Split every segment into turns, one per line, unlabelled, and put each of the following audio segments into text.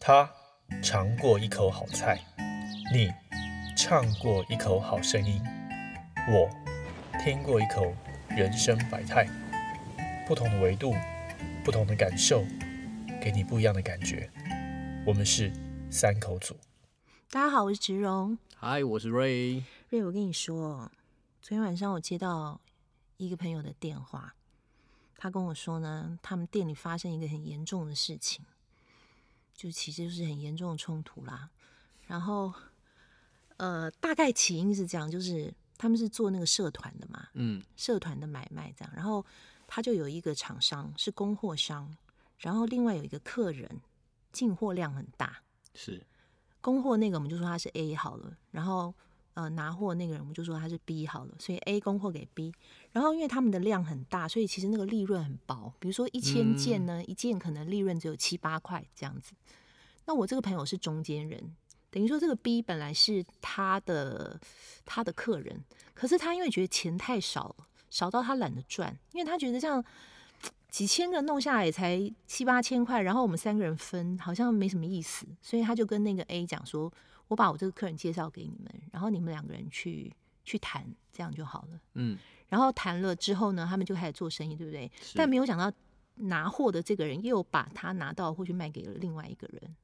他尝过一口好菜，你唱过一口好声音，我听过一口人生百态。不同的维度，不同的感受，给你不一样的感觉。我们是三口组。
大家好，我是植荣。
嗨，我是 Ray。
瑞，我跟你说，昨天晚上我接到一个朋友的电话，他跟我说呢，他们店里发生一个很严重的事情，就其实就是很严重的冲突啦。然后，呃，大概起因是这样，就是他们是做那个社团的嘛，
嗯，
社团的买卖这样。然后他就有一个厂商是供货商，然后另外有一个客人进货量很大，
是
供货那个我们就说他是 A 好了，然后呃拿货那个人我们就说他是 B 好了，所以 A 供货给 B，然后因为他们的量很大，所以其实那个利润很薄，比如说一千件呢，一件可能利润只有七八块这样子。那我这个朋友是中间人，等于说这个 B 本来是他的他的客人，可是他因为觉得钱太少了，少到他懒得赚，因为他觉得这样。几千个弄下来也才七八千块，然后我们三个人分，好像没什么意思，所以他就跟那个 A 讲说：“我把我这个客人介绍给你们，然后你们两个人去去谈，这样就好了。”
嗯，
然后谈了之后呢，他们就开始做生意，对不对？
是
但没有想到拿货的这个人又把他拿到货去卖给了另外一个人，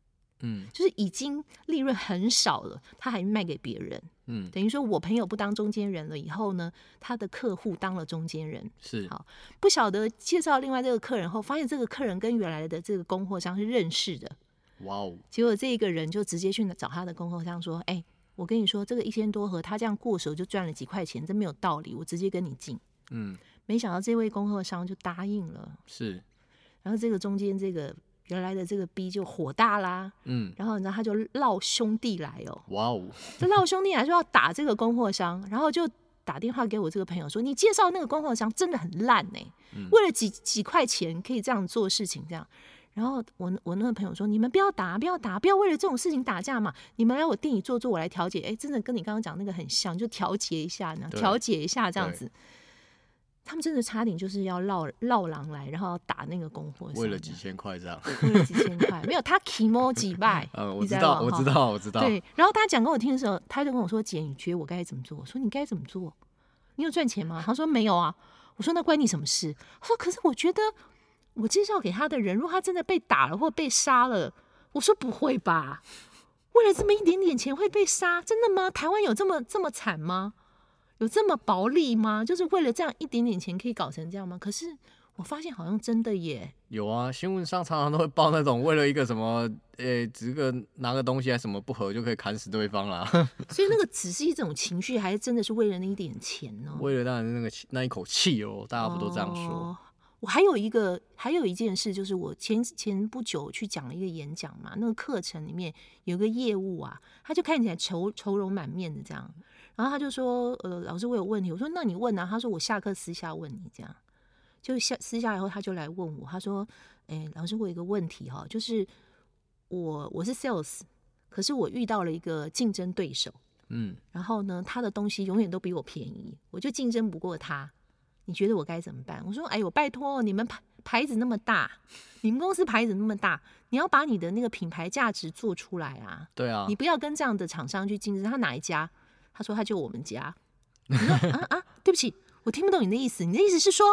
嗯
就是已经利润很少了，他还卖给别人，
嗯
等于说我朋友不当中间人了以后呢，他的客户当了中间人，
是
好不晓得介绍另外这个客人后，发现这个客人跟原来的这个供货商是认识的，
哇哦，
结果这个人就直接去找他的供货商说：“哎、我跟你说，这个一千多盒，他这样过手就赚了几块钱，这没有道理，我直接跟你进。
嗯”
没想到这位供货商就答应了，
是
然后这个中间这个原来的这个 B 就火大啦，
嗯
然后呢他就闹兄弟来哦、
哇哦，
这闹兄弟还说要打这个供货商，然后就打电话给我这个朋友说，你介绍那个供货商真的很烂呢、
嗯
为了几几块钱可以这样做事情这样。然后我我那个朋友说，你们不要打，不要打，不要为了这种事情打架嘛，你们来我店里坐坐，我来调解。哎，真的跟你刚刚讲那个很像，就调节一下，呢，
对
调解一下这样
对
子。他们真的差点就是要绕绕狼来，然后要打那个供货商，
为了几千块这样，
为了几千块，没有他 i m o 几拜，
嗯，我
你
知
在
道，
网
我
哈
知道，我知道，
对，然后他讲给我听的时候，他就跟我说：“姐，你觉得我该怎么做？”我说：“你该怎么做？你有赚钱吗？”他说：“没有啊。”我说：“那关你什么事？”他说：“可是我觉得我介绍给他的人，如果他真的被打了或被杀了，我说不会吧？为了这么一点点钱会被杀，真的吗？台湾有这么这么惨吗？有这么暴利吗？就是为了这样一点点钱可以搞成这样吗？可是我发现好像真的耶，
有啊，新闻上常常都会报那种为了一个什么，呃，只个拿个东西还什么不合就可以砍死对方啊啦。
所以那个只是一种情绪，还是真的是为了那一点钱呢？
为了当然是那个气那一口气哦，大家不都这样说？
哦我还有一个，还有一件事，就是我前前不久去讲了一个演讲嘛，那个课程里面有个业务啊，他就看起来愁愁容满面的这样，然后他就说，呃，老师我有问题，我说那你问啊，他说我下课私下问你这样，就下私下以后他就来问我，他说，哎，老师我有一个问题哈、就是我我是 sales，可是我遇到了一个竞争对手，
嗯，
然后呢，他的东西永远都比我便宜，我就竞争不过他。你觉得我该怎么办？我说，哎呦，拜托你们牌牌子那么大，你们公司牌子那么大，你要把你的那个品牌价值做出来啊！
对啊
你，不要跟这样的厂商去竞争。他哪一家？他说他就我们家。我说啊啊，对不起，我听不懂你的意思。你的意思是说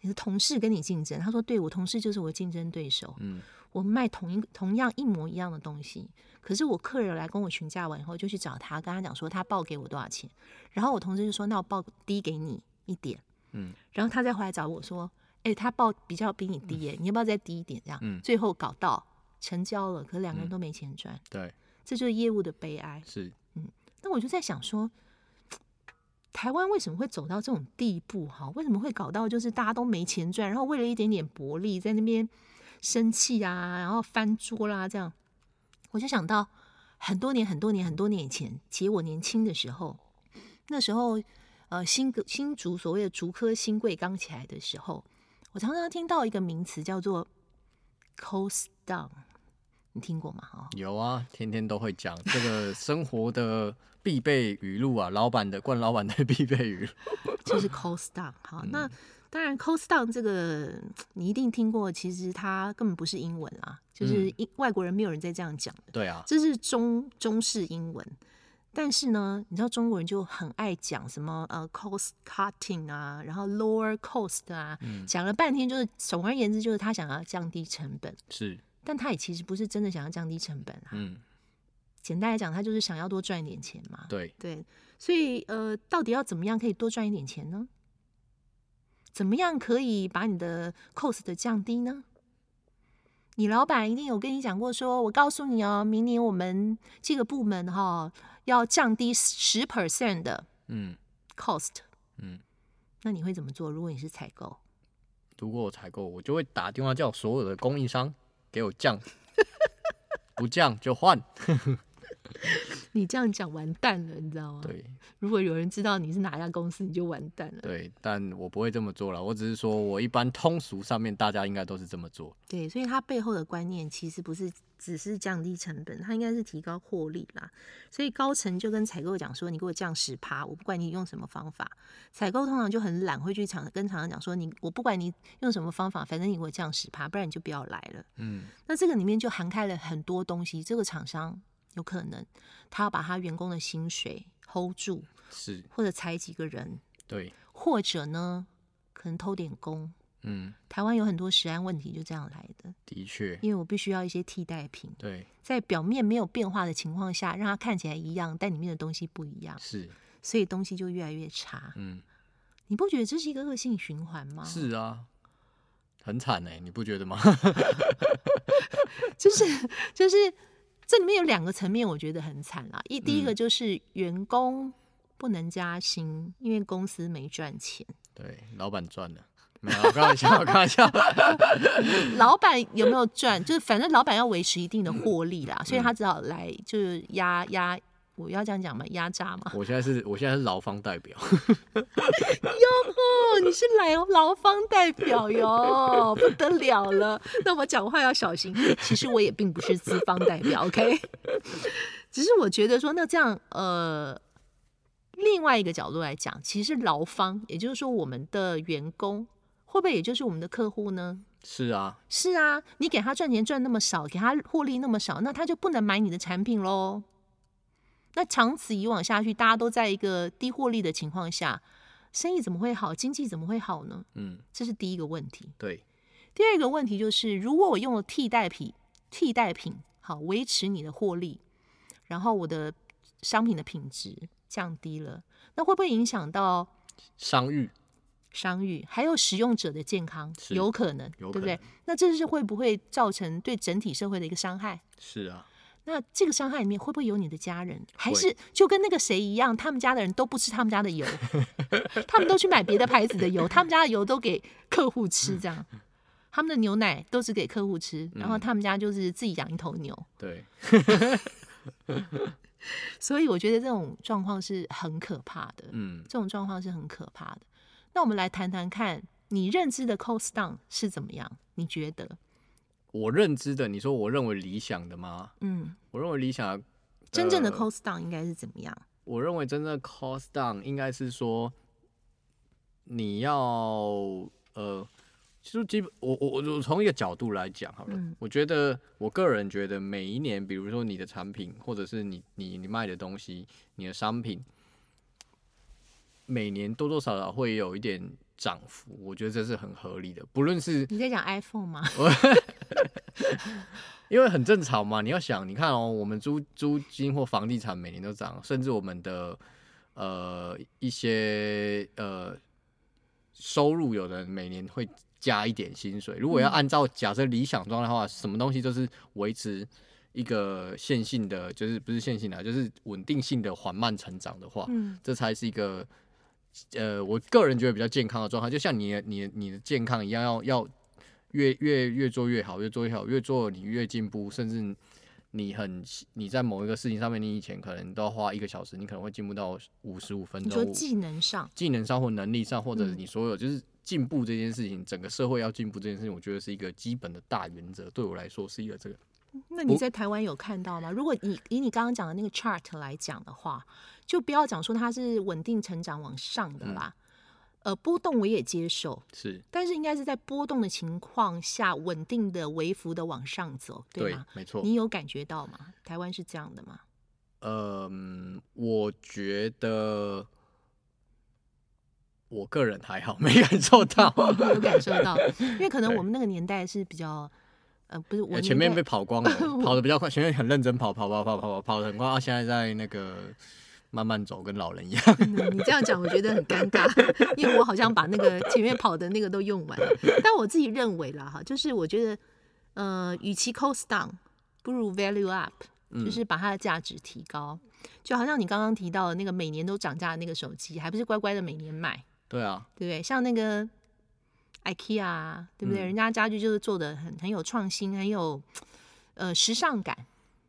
你的同事跟你竞争？他说对，我同事就是我的竞争对手。
嗯，
我们卖同一同样一模一样的东西，可是我客人来跟我询价完以后，就去找他，跟他讲说他报给我多少钱，然后我同事就说那我报低给你一点，
嗯，
然后他再回来找我说，哎、他报比较比你低耶、你要不要再低一点这样？
嗯
最后搞到成交了，可是两个人都没钱赚，
对，
这就是业务的悲哀。
是，
那我就在想说，台湾为什么会走到这种地步？哈，为什么会搞到就是大家都没钱赚，然后为了一点点薄利，在那边生气啊，然后翻桌啦、这样我就想到很多年、很多年、很多年以前，其实我年轻的时候，那时候呃新格新竹所谓的竹科新贵刚起来的时候，我常常听到一个名词叫做 “cost down”，你听过吗？哈、
有啊，天天都会讲 这个生活的必备语录啊，老板的惯老板的必备语录。
就是 cost down。好，
嗯
那当然 cost down 这个你一定听过，其实它根本不是英文啦，就是
嗯
英外国人没有人在这样讲的，
对啊，
这是中中式英文。但是呢，你知道中国人就很爱讲什么呃 cost cutting 啊，然后 lower cost 啊，
嗯
讲了半天就是，总而言之就是他想要降低成本，
是，
但他也其实不是真的想要降低成本啊。
嗯，
简单来讲，他就是想要多赚一点钱嘛。
对，
对，所以呃，到底要怎么样可以多赚一点钱呢？怎么样可以把你的 cost 降低呢？你老板一定有跟你讲过说，我告诉你哦，明年我们这个部门哈、要降低十 percent 的
嗯
cost，
嗯。
那你会怎么做？如果你是采购，
如果我采购，我就会打电话叫所有的供应商给我降， 不降就换。
你这样讲完蛋了，你知道吗？
对
如果有人知道你是哪家公司，你就完蛋了。
对，但我不会这么做了。我只是说我一般通俗上面大家应该都是这么做。
对，所以它背后的观念其实不是只是降低成本，它应该是提高获利啦。所以高层就跟采购讲说：“你给我降十趴，我不管你用什么方法。”采购通常就很懒，会去厂跟厂商讲说：“你我不管你用什么方法，反正你给我降十趴，不然你就不要来了。
嗯，”
那这个里面就涵盖了很多东西，这个厂商有可能他要把他员工的薪水 hold 住，
是
或者裁几个人，
对，
或者呢可能偷点工。
嗯，
台湾有很多食安问题就这样来的。
的确，
因为我必须要一些替代品，
对，
在表面没有变化的情况下，让它看起来一样，但里面的东西不一样，
是，
所以东西就越来越差。
嗯，
你不觉得这是一个恶性循环吗？，
是啊，很惨哎、你不觉得吗？
就是就是这里面有两个层面，我觉得很惨啦。一第一个就是员工不能加薪，因为公司没赚钱。
对，老板赚了，没有，我开玩笑，我开玩笑。
老板有没有赚？就是反正老板要维持一定的获利啦，所以他只好来就是压压，我要这样讲嘛，压榨嘛。
我现在是，我现在是劳方代表，
哦，你是劳劳方代表哟，不得了了。那我讲话要小心。其实我也并不是资方代表，OK？只是我觉得说，那这样呃，另外一个角度来讲，其实劳方，也就是说我们的员工，会不会也就是我们的客户呢？
是啊，
是啊，你给他赚钱赚那么少，给他获利那么少，那他就不能买你的产品喽。那长此以往下去，大家都在一个低获利的情况下，生意怎么会好？经济怎么会好呢？
嗯，
这是第一个问题。
对，
第二个问题就是，如果我用了替代品，替代品好维持你的获利，然后我的商品的品质降低了，那会不会影响到
商誉
商誉，还有使用者的健康，
是
有可能，
有
对不
可
对
能？
那这是会不会造成对整体社会的一个伤害？
是啊，
那这个伤害里面会不会有你的家人？还
会
是就跟那个谁一样，他们家的人都不吃他们家的油， 他们都去买别的牌子的油，他们家的油都给客户吃，这样，他们的牛奶都只给客户吃，然后
嗯
他们家就是自己养一头牛。
对，
所以我觉得这种状况是很可怕的。
嗯，
这种状况是很可怕的。那我们来谈谈看，你认知的 cost down 是怎么样？你觉得？
我认知的，你说我认为理想的吗？
嗯，
我认为理想的
真正的
呃
cost down 应该是怎么样？
我认为真正的 cost down 应该是说，你要呃，其实基本我我我我从一个角度来讲好了，
嗯
我觉得我个人觉得每一年，比如说你的产品或者是你你你卖的东西，你的商品，每年多多少少会有一点涨幅，我觉得这是很合理的，不论是
你在讲 iPhone 吗？
因为很正常嘛。你要想，你看哦，我们租租金或房地产每年都涨，甚至我们的呃一些呃收入，有的人每年会加一点薪水。如果要按照假设理想状态的话，什么东西都是维持一个线性的，就是不是线性的啊，就是稳定性的缓慢成长的话，
嗯
这才是一个。呃，我个人觉得比较健康的状态，就像你的、你的、你的健康一样，要要越越越做越好，越做越好，越做你越进步，甚至你很你在某一个事情上面，你以前可能都要花一个小时，你可能会进步到五十五分
你说
钟。
技能上，
技能上或能力上，或者
嗯
你所有就是进步这件事情，整个社会要进步这件事情，我觉得是一个基本的大原则。对我来说是一个这个
那你在台湾有看到吗？如果你以你刚刚讲的那个
嗯
chart 来讲的话，就不要讲说它是稳定成长往上的啦。呃，波动我也接受，
是
但是应该是在波动的情况下，稳定的、微幅的往上走，
对
吗？，
没错。
你有感觉到吗？台湾是这样的吗？
嗯，我觉得我个人还好， 没感受到。
有感受到，因为可能
对
我们那个年代是比较，呃，不是我
呃前面被
年代
跑光了，跑的比较快，前面很认真跑，跑跑跑跑跑跑的很快，啊，现在在那个慢慢走，跟老人一样。
嗯你这样讲，我觉得很尴尬，因为我好像把那个前面跑的那个都用完了。但我自己认为啦，哈，就是我觉得，呃，与其 cost down，不如 value up，就是
嗯
把它的价值提高。就好像你刚刚提到的那个每年都涨价的那个手机，还不是乖乖的每年买，
对啊，
对不对？像那个 IKEA，啊对不对？
嗯
人家家具就是做的很很有创新，很有呃时尚感。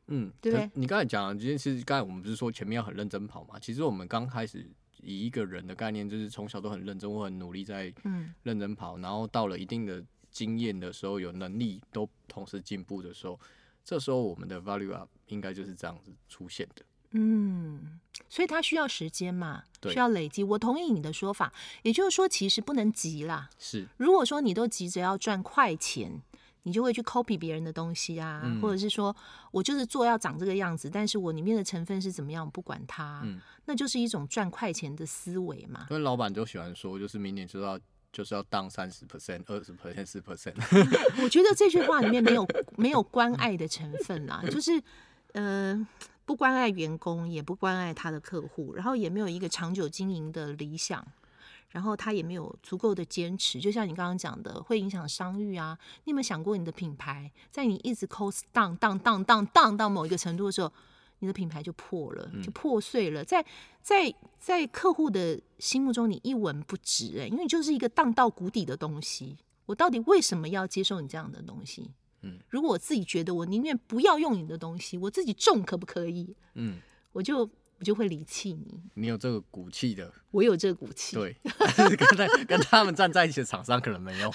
嗯，
对不
可
对
你刚才讲的这件事，刚才我们不是说前面要很认真跑嘛？其实我们刚开始以一个人的概念，就是从小都很认真，我很努力在
嗯
认真跑，然后到了一定的经验的时候，有能力都同时进步的时候，这时候我们的 value up 应该就是这样子出现的。
嗯，所以它需要时间嘛，
对
需要累积。我同意你的说法，也就是说，其实不能急啦。
是，
如果说你都急着要赚快钱，你就会去 copy 别人的东西啊，
嗯
或者是说我就是做要长这个样子，但是我里面的成分是怎么样，不管它，
嗯
那就是一种赚快钱的思维嘛。
因为老板就喜欢说，就是明年就要就是要当三十 percent、二十 percent、四 percent。
嗯我觉得这句话里面没有没有关爱的成分啦，就是呃不关爱员工，也不关爱他的客户，然后也没有一个长久经营的理想，然后他也没有足够的坚持。就像你刚刚讲的，会影响商誉啊。你有没有想过你的品牌在你一直 cost down down down down down 到某一个程度的时候？你的品牌就破了，就破碎了，在在在客户的心目中，你一文不值、欸，因为你就是一个荡到谷底的东西。我到底为什么要接受你这样的东西？
嗯，
如果我自己觉得我宁愿不要用你的东西，我自己种可不可以？
嗯，
我就我就会离弃你。
你有这个骨 气的，
我有这骨 气，
对， 但是跟他跟他们站在一起的厂商可能没有。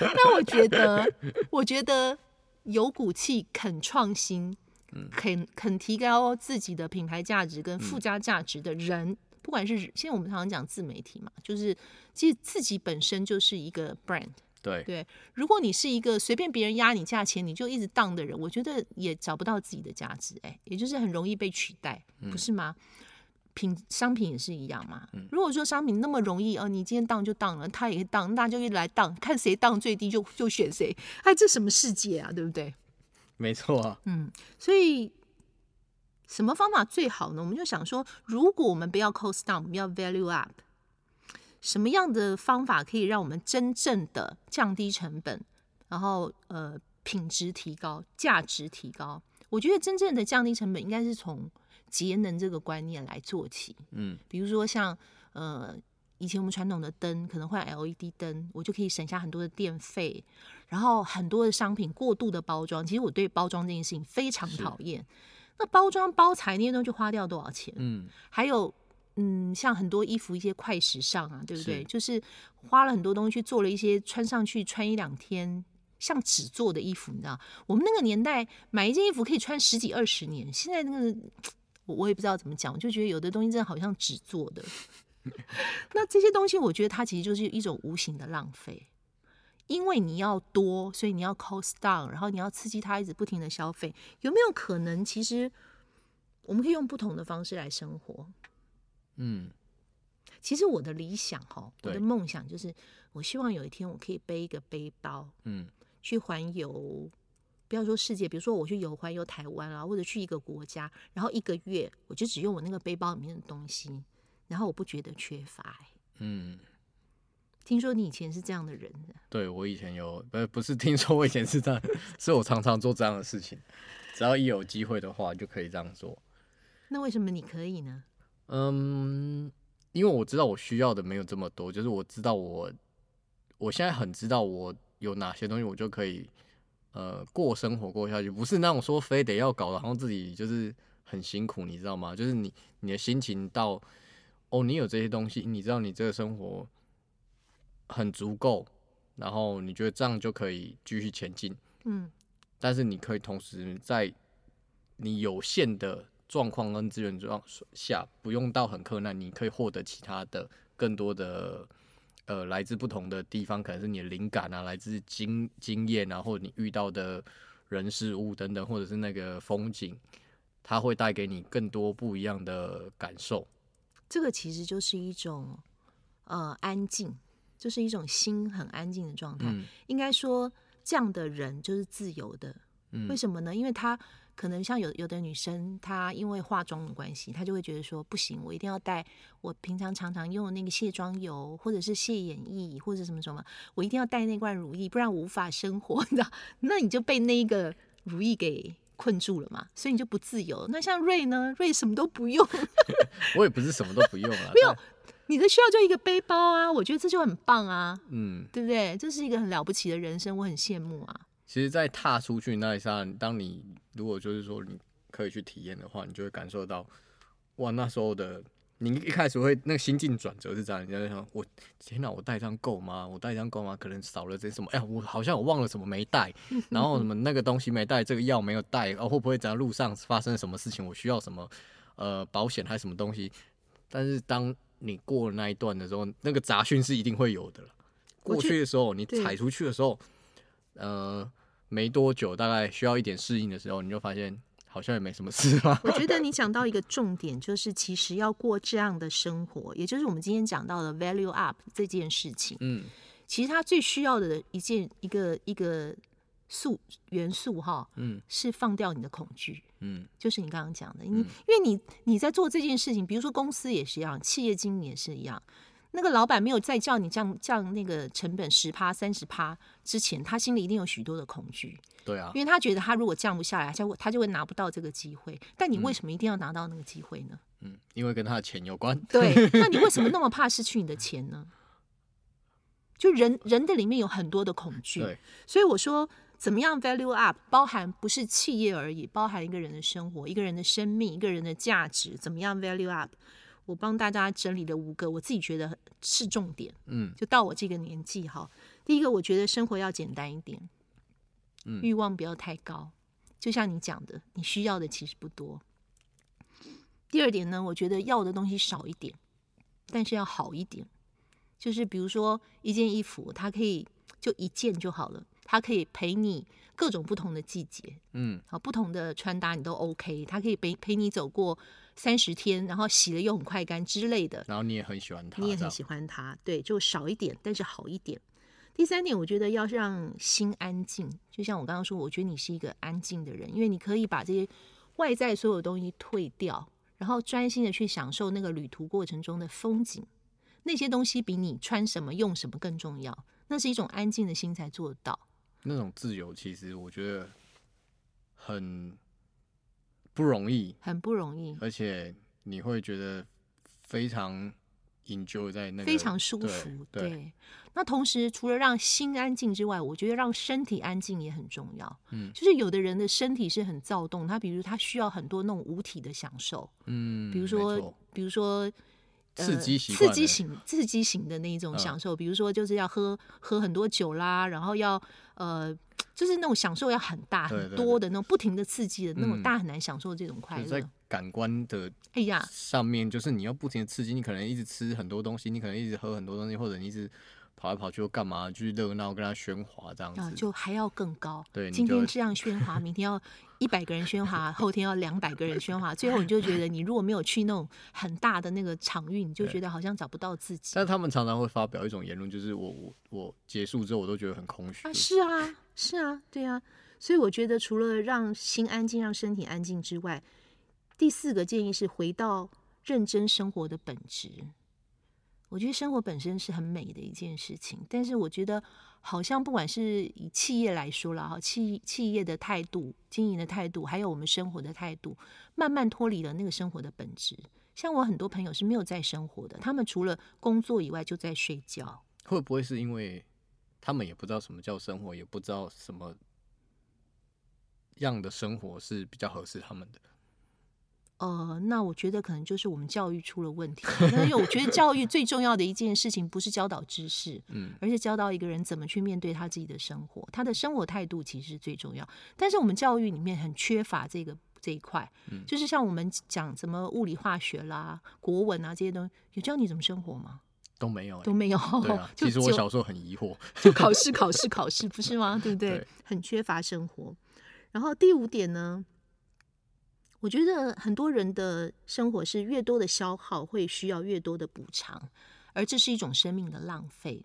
但我觉得，我觉得有骨气、肯创新、
嗯
肯肯提高自己的品牌价值跟附加价值的人，不管是现在我们常常讲自媒体嘛，就是其实自己本身就是一个 brand。
对，
对，如果你是一个随便别人压你价钱你就一直当的人，我觉得也找不到自己的价值、哎，也就是很容易被取代，不是吗？品商品也是一样嘛。如果说商品那么容易，哦、你今天当就当了，他也可以当，那就一来当，看谁当最低就就选谁， 哎，这什么世界啊，对不对？
没错啊。
嗯，所以什么方法最好呢？我们就想说，如果我们不要 cost down，我们要 value up，什么样的方法可以让我们真正的降低成本，然后呃品质提高、价值提高？我觉得真正的降低成本应该是从节能这个观念来做起。
嗯，
比如说像呃，以前我们传统的灯可能换 LED E 灯，我就可以省下很多的电费，然后很多的商品过度的包装，其实我对包装这件事情非常
是
讨厌。那包装包材那些东西就花掉多少钱？
嗯，
还有。嗯，像很多衣服一些快时尚啊，对不对？
是
就是花了很多东西去做了一些穿上去穿一两天，像纸做的衣服，你知道，我们那个年代买一件衣服可以穿十几二十年，现在那个我我也不知道怎么讲，我就觉得有的东西真的好像纸做的。那这些东西，我觉得它其实就是一种无形的浪费，因为你要多，所以你要 cost down，然后你要刺激它一直不停的消费，有没有可能其实我们可以用不同的方式来生活？
嗯，
其实我的理想哈，我
对
的梦想就是，我希望有一天我可以背一个背包
嗯，
去环游，不要说世界，比如说我去游环游台湾啊啦、或者去一个国家，然后一个月我就只用我那个背包里面的东西，然后我不觉得缺乏、欸。
嗯，
听说你以前是这样的人，
对我以前有，不不是听说我以前是这样， 是我常常做这样的事情，只要一有机会的话就可以这样做。
那为什么你可以呢？
嗯，因为我知道我需要的没有这么多，就是我知道我，我现在很知道我有哪些东西，我就可以呃过生活过下去，不是那种说非得要搞得好像自己就是很辛苦，你知道吗？就是你你的心情到哦，你有这些东西，你知道你这个生活很足够，然后你觉得这样就可以继续前进，
嗯
但是你可以同时在你有限的状况跟资源状况下，不用到很困难，你可以获得其他的更多的呃来自不同的地方，可能是你的灵感啊，来自经经验啊，或者你遇到的人事物等等，或者是那个风景，它会带给你更多不一样的感受。
这个其实就是一种呃安静，就是一种心很安静的状态。
嗯
应该说，这样的人就是自由的。
嗯
为什么呢？因为她可能像有有的女生，她因为化妆的关系，她就会觉得说不行，我一定要带我平常常常用的那个卸妆油，或者是卸眼液，或者什么什么，我一定要带那罐乳液，不然我无法生活，你知道？ 那你就被那一个乳液给困住了嘛，所以你就不自由。那像瑞呢？瑞什么都不用，
我也不是什么都 不用啊，
没有
但，
你的需要就一个背包啊，我觉得这就很棒啊，
嗯，
对不对？这是一个很了不起的人生，我很羡慕啊。
其实，在踏出去那一刹那，当你如果就是说你可以去体验的话，你就会感受到，哇，那时候的你一开始会那个心境转折是这样，你就在想，我天哪，我带这样够吗？我带这样够吗？可能少了这什么？哎、呀，我好像我忘了什么没 带，然后什么那个东西没带，这个药没有带，哦，会不会在路上发生什么事情？我需要什么呃保险还是什么东西？但是当你过了那一段的时候，那个杂讯是一定会有的了。
我
过
觉
去的时候，你
对
踩出去的时候，呃，没多久，大概需要一点适应的时候，你就发现好像也没什么事吧。
我觉得你讲到一个重点，就是其实要过这样的生活，也就是我们今天讲到的 value up 这件事情，
嗯，
其实它最需要的一件一个一个素元素哈，
嗯，
是放掉你的恐惧。
嗯，
就是你刚刚讲的，你、因为你你在做这件事情，比如说公司也是一样，企业经营也是一样。那个老板没有再叫你降降那个成本十趴三十趴之前，他心里一定有许多的恐惧，
对啊，
因为他觉得他如果降不下来，他就会他就会拿不到这个机会。但你为什么一定要拿到那个机会呢？
嗯，因为跟他的钱有关。
对，那你为什么那么怕失去你的钱呢？就人人的里面有很多的恐惧，
对，
所以我说，怎么样 value up 包含不是企业而已，包含一个人的生活、一个人的生命、一个人的价值，怎么样 value up？我帮大家整理了五个，我自己觉得是重点。
嗯，
就到我这个年纪哈，第一个我觉得生活要简单一点，
嗯
欲望不要太高，就像你讲的，你需要的其实不多。第二点呢，我觉得要的东西少一点，但是要好一点，就是比如说一件衣服，它可以就一件就好了，它可以陪你各种不同的季节，
嗯，
好，不同的穿搭你都 OK，它可以陪陪你走过三十天，然后洗了又很快干之类的，
然后你也很喜欢他，
你也
这
很
样
喜欢他，对，就少一点，但是好一点。第三点，我觉得要让心安静，就像我刚刚说，我觉得你是一个安静的人，因为你可以把这些外在所有东西退掉，然后专心的去享受那个旅途过程中的风景，那些东西比你穿什么用什么更重要。那是一种安静的心才做得到。
那种自由，其实我觉得很不容易，
很不容易，
而且你会觉得非常 enjoy 在那个
非常舒
对
服。
对，
那同时除了让心安静之外，我觉得让身体安静也很重要。
嗯
就是有的人的身体是很躁动，他比如他需要很多那种五体的享受，
嗯，
比如
没
说
错，
比如说。呃
刺激习
刺
惯
激
了
型、刺激型的那一种
嗯
享受，比如说就是要喝喝很多酒啦，然后要呃，就是那种享受要很大、
对
很
对
多的那种不停的刺激的那种，
嗯
大家很难享受这种快
就是在
乐。
感官的
哎呀，
上面，就是你要不停的刺激，你可能一直吃很多东西，你可能一直喝很多东西，或者你一直跑来跑去干嘛，去热闹跟他喧哗这样
啊，
子，
就还要更高。
对你
今
就
天
会
这样喧哗，明天要一百个人喧哗，后天要两百个人喧哗，最后你就觉得，你如果没有去那种很大的那个场域，你就
对
觉得好像找不到自己
但他们常常会发表一种言论，就是我我我结束之后，我都觉得很空虚
啊。。是啊，是啊，对啊。所以我觉得，除了让心安静、让身体安静之外，第四个建议是回到认真生活的本质。我觉得生活本身是很美的一件事情，但是我觉得好像不管是以企业来说了哈，企企业的态度、经营的态度，还有我们生活的态度，慢慢脱离了那个生活的本质。像我很多朋友是没有在生活的，他们除了工作以外就在睡觉。
会不会是因为他们也不知道什么叫生活，也不知道什么样的生活是比较合适他们的？
呃，那我觉得可能就是我们教育出了问题。那因为我觉得教育最重要的一件事情，不是教导知识，
嗯，
而是教导一个人怎么去面对他自己的生活，他的生活态度其实是最重要。但是我们教育里面很缺乏这个这一块，
嗯
就是像我们讲什么物理化学啦、国文啊这些东西，有教你怎么生活吗？
都没有、欸，
都没有。
对啊，
就
其实我
就
小时候很疑 惑，
就考试、考试、考试，不是吗？对不对？
对
很缺乏生活。然后第五点呢，我觉得很多人的生活是越多的消耗会需要越多的补偿，而这是一种生命的浪费。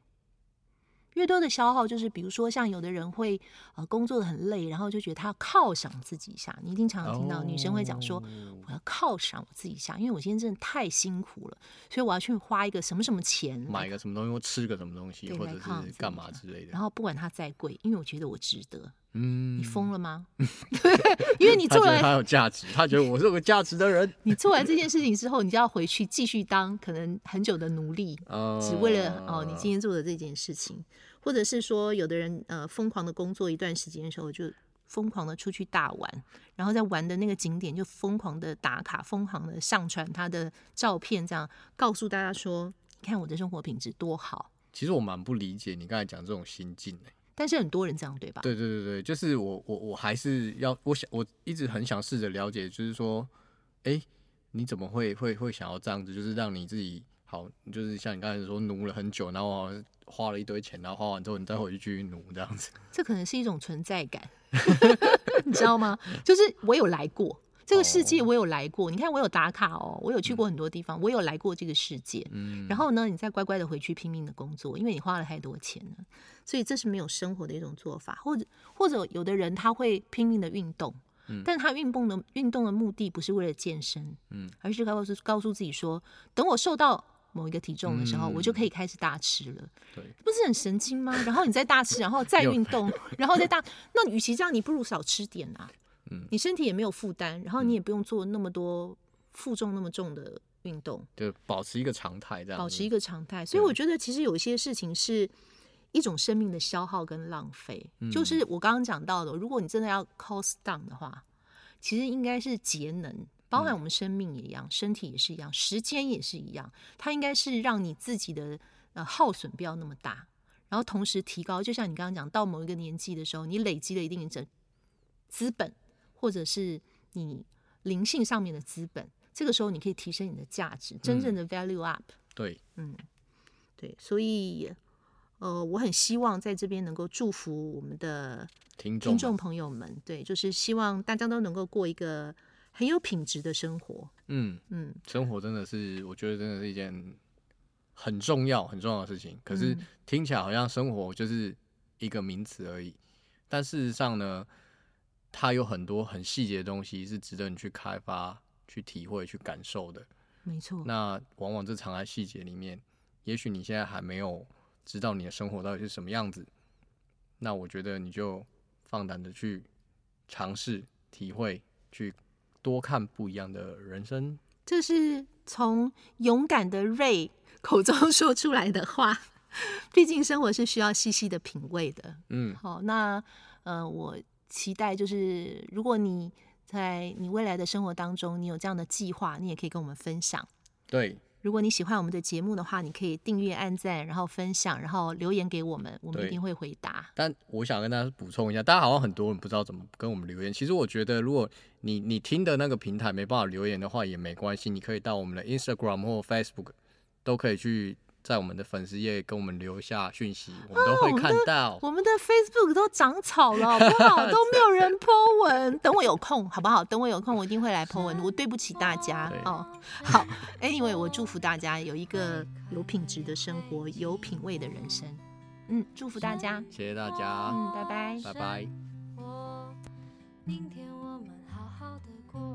越多的消耗，就是比如说像有的人会呃工作的很累，然后就觉得他要犒赏自己一下。你一定常常听到女生会讲说，
哦
我要犒赏我自己一下，因为我今天真的太辛苦了，所以我要去花一个什么什么钱来
买个什么东西或吃个什么东西，
对
或
来
者
犒赏
是
自
干
己
嘛
这
之类的
然。后不管它再贵，因为我觉得我值得。
嗯，
你疯了 吗？因为你
他
做
觉得他
完，
有价值，他觉得我是有个价值的人
你做完这件事情之后，你就要回去继续当可能很久的奴隶，
呃
只为了哦你今天做的这件事情，或者是说有的人呃疯狂的工作一段时间的时候就。疯狂的出去大玩，然后在玩的那个景点就疯狂的打卡，疯狂的上传他的照片，这样告诉大家说：“你看我的生活品质多好。
其实我蛮不理解你刚才讲这种心境的、”
但是很多人这样对吧？
对对对对，就是我我我还是要，我想我一直很想试着了解，就是说，哎，你怎么会会会想要这样子？就是让你自己好，就是像你刚才说奴了很久，然后花了一堆钱，然后花完之后你再回去继续奴这样子。
这可能是一种存在感， 你知道吗？就是我有来过这个世界，
哦
我有来过。你看，我有打卡哦，我有去过很多地方，我有来过这个世界。
嗯，
然后呢，你再乖乖的回去拼命的工作，因为你花了太多钱了，所以这是没有生活的一种做法。或者或者有的人他会拼命的运动，但他运动的运动的目的不是为了健身，
嗯，
而是告诉告诉自己说，等我瘦到某一个体重的时候，我就可以开始大吃了。
嗯对，
不是很神经吗？然后你再大吃，然 后再运动，然后再大，那与其这样，你不如少吃点啊。
嗯
你身体也没有负担，然后你也不用做那么多负重那么重的运动。
就保持一个常态这样子，
保持一个常态。所以我觉得其实有一些事情是一种生命的消耗跟浪费，
嗯
就是我刚刚讲到的，如果你真的要 cost down 的话，其实应该是节能。包
嗯
含我们生命也一样，身体也是一样，时间也是一样，它应该是让你自己的呃耗损不要那么大，然后同时提高，就像你刚刚讲，到某一个年纪的时候，你累积了一定的资本，或者是你灵性上面的资本，这个时候你可以提升你的价值，真
嗯
正的 value up。
对，
对，所以呃，我很希望在这边能够祝福我们的
听众
听
们
众朋友们，对，就是希望大家都能够过一个很有品质的生活。
嗯，
嗯，
生活真的是，我觉得真的是一件很重要、很重要的事情。可是
嗯
听起来好像生活就是一个名词而已，但事实上呢，它有很多很细节的东西是值得你去开发、去体会、去感受的。
没错，
那往往这藏在细节里面，也许你现在还没有知道你的生活到底是什么样子，那我觉得你就放胆的去尝试、体会、去多看不一样的人生
这是从勇敢的瑞 口中说出来的话。 毕竟生活是需要细细的品味的。
嗯，
好，那呃，我期待就是，如果你在你未来的生活当中，你有这样的计划，你也可以跟我们分享。
对，
如果你喜欢我们的节目的话，你可以订阅、按赞，然后分享，然后留言给我们，我们
对
一定会回答。
但我想跟大家补充一下，大家好像很多人不知道怎么跟我们留言。其实我觉得，如果你你听的那个平台没办法留言的话，也没关系，你可以到我们的 Instagram 或 Facebook 都可以去在我们的粉丝页跟我们留下讯息，啊我们都会看到。
我们的 Facebook 都长草了，好不 好？都没有人 po 文。等我有空，好不好？等我有空，我一定会来 po 文。我对不起大家
对
哦。好，Anyway，我祝福大家有一个有品质的生活，有品味的人生。嗯，祝福大家。
谢谢大家，
嗯，拜拜。
拜拜。
我，明天我们好好的过。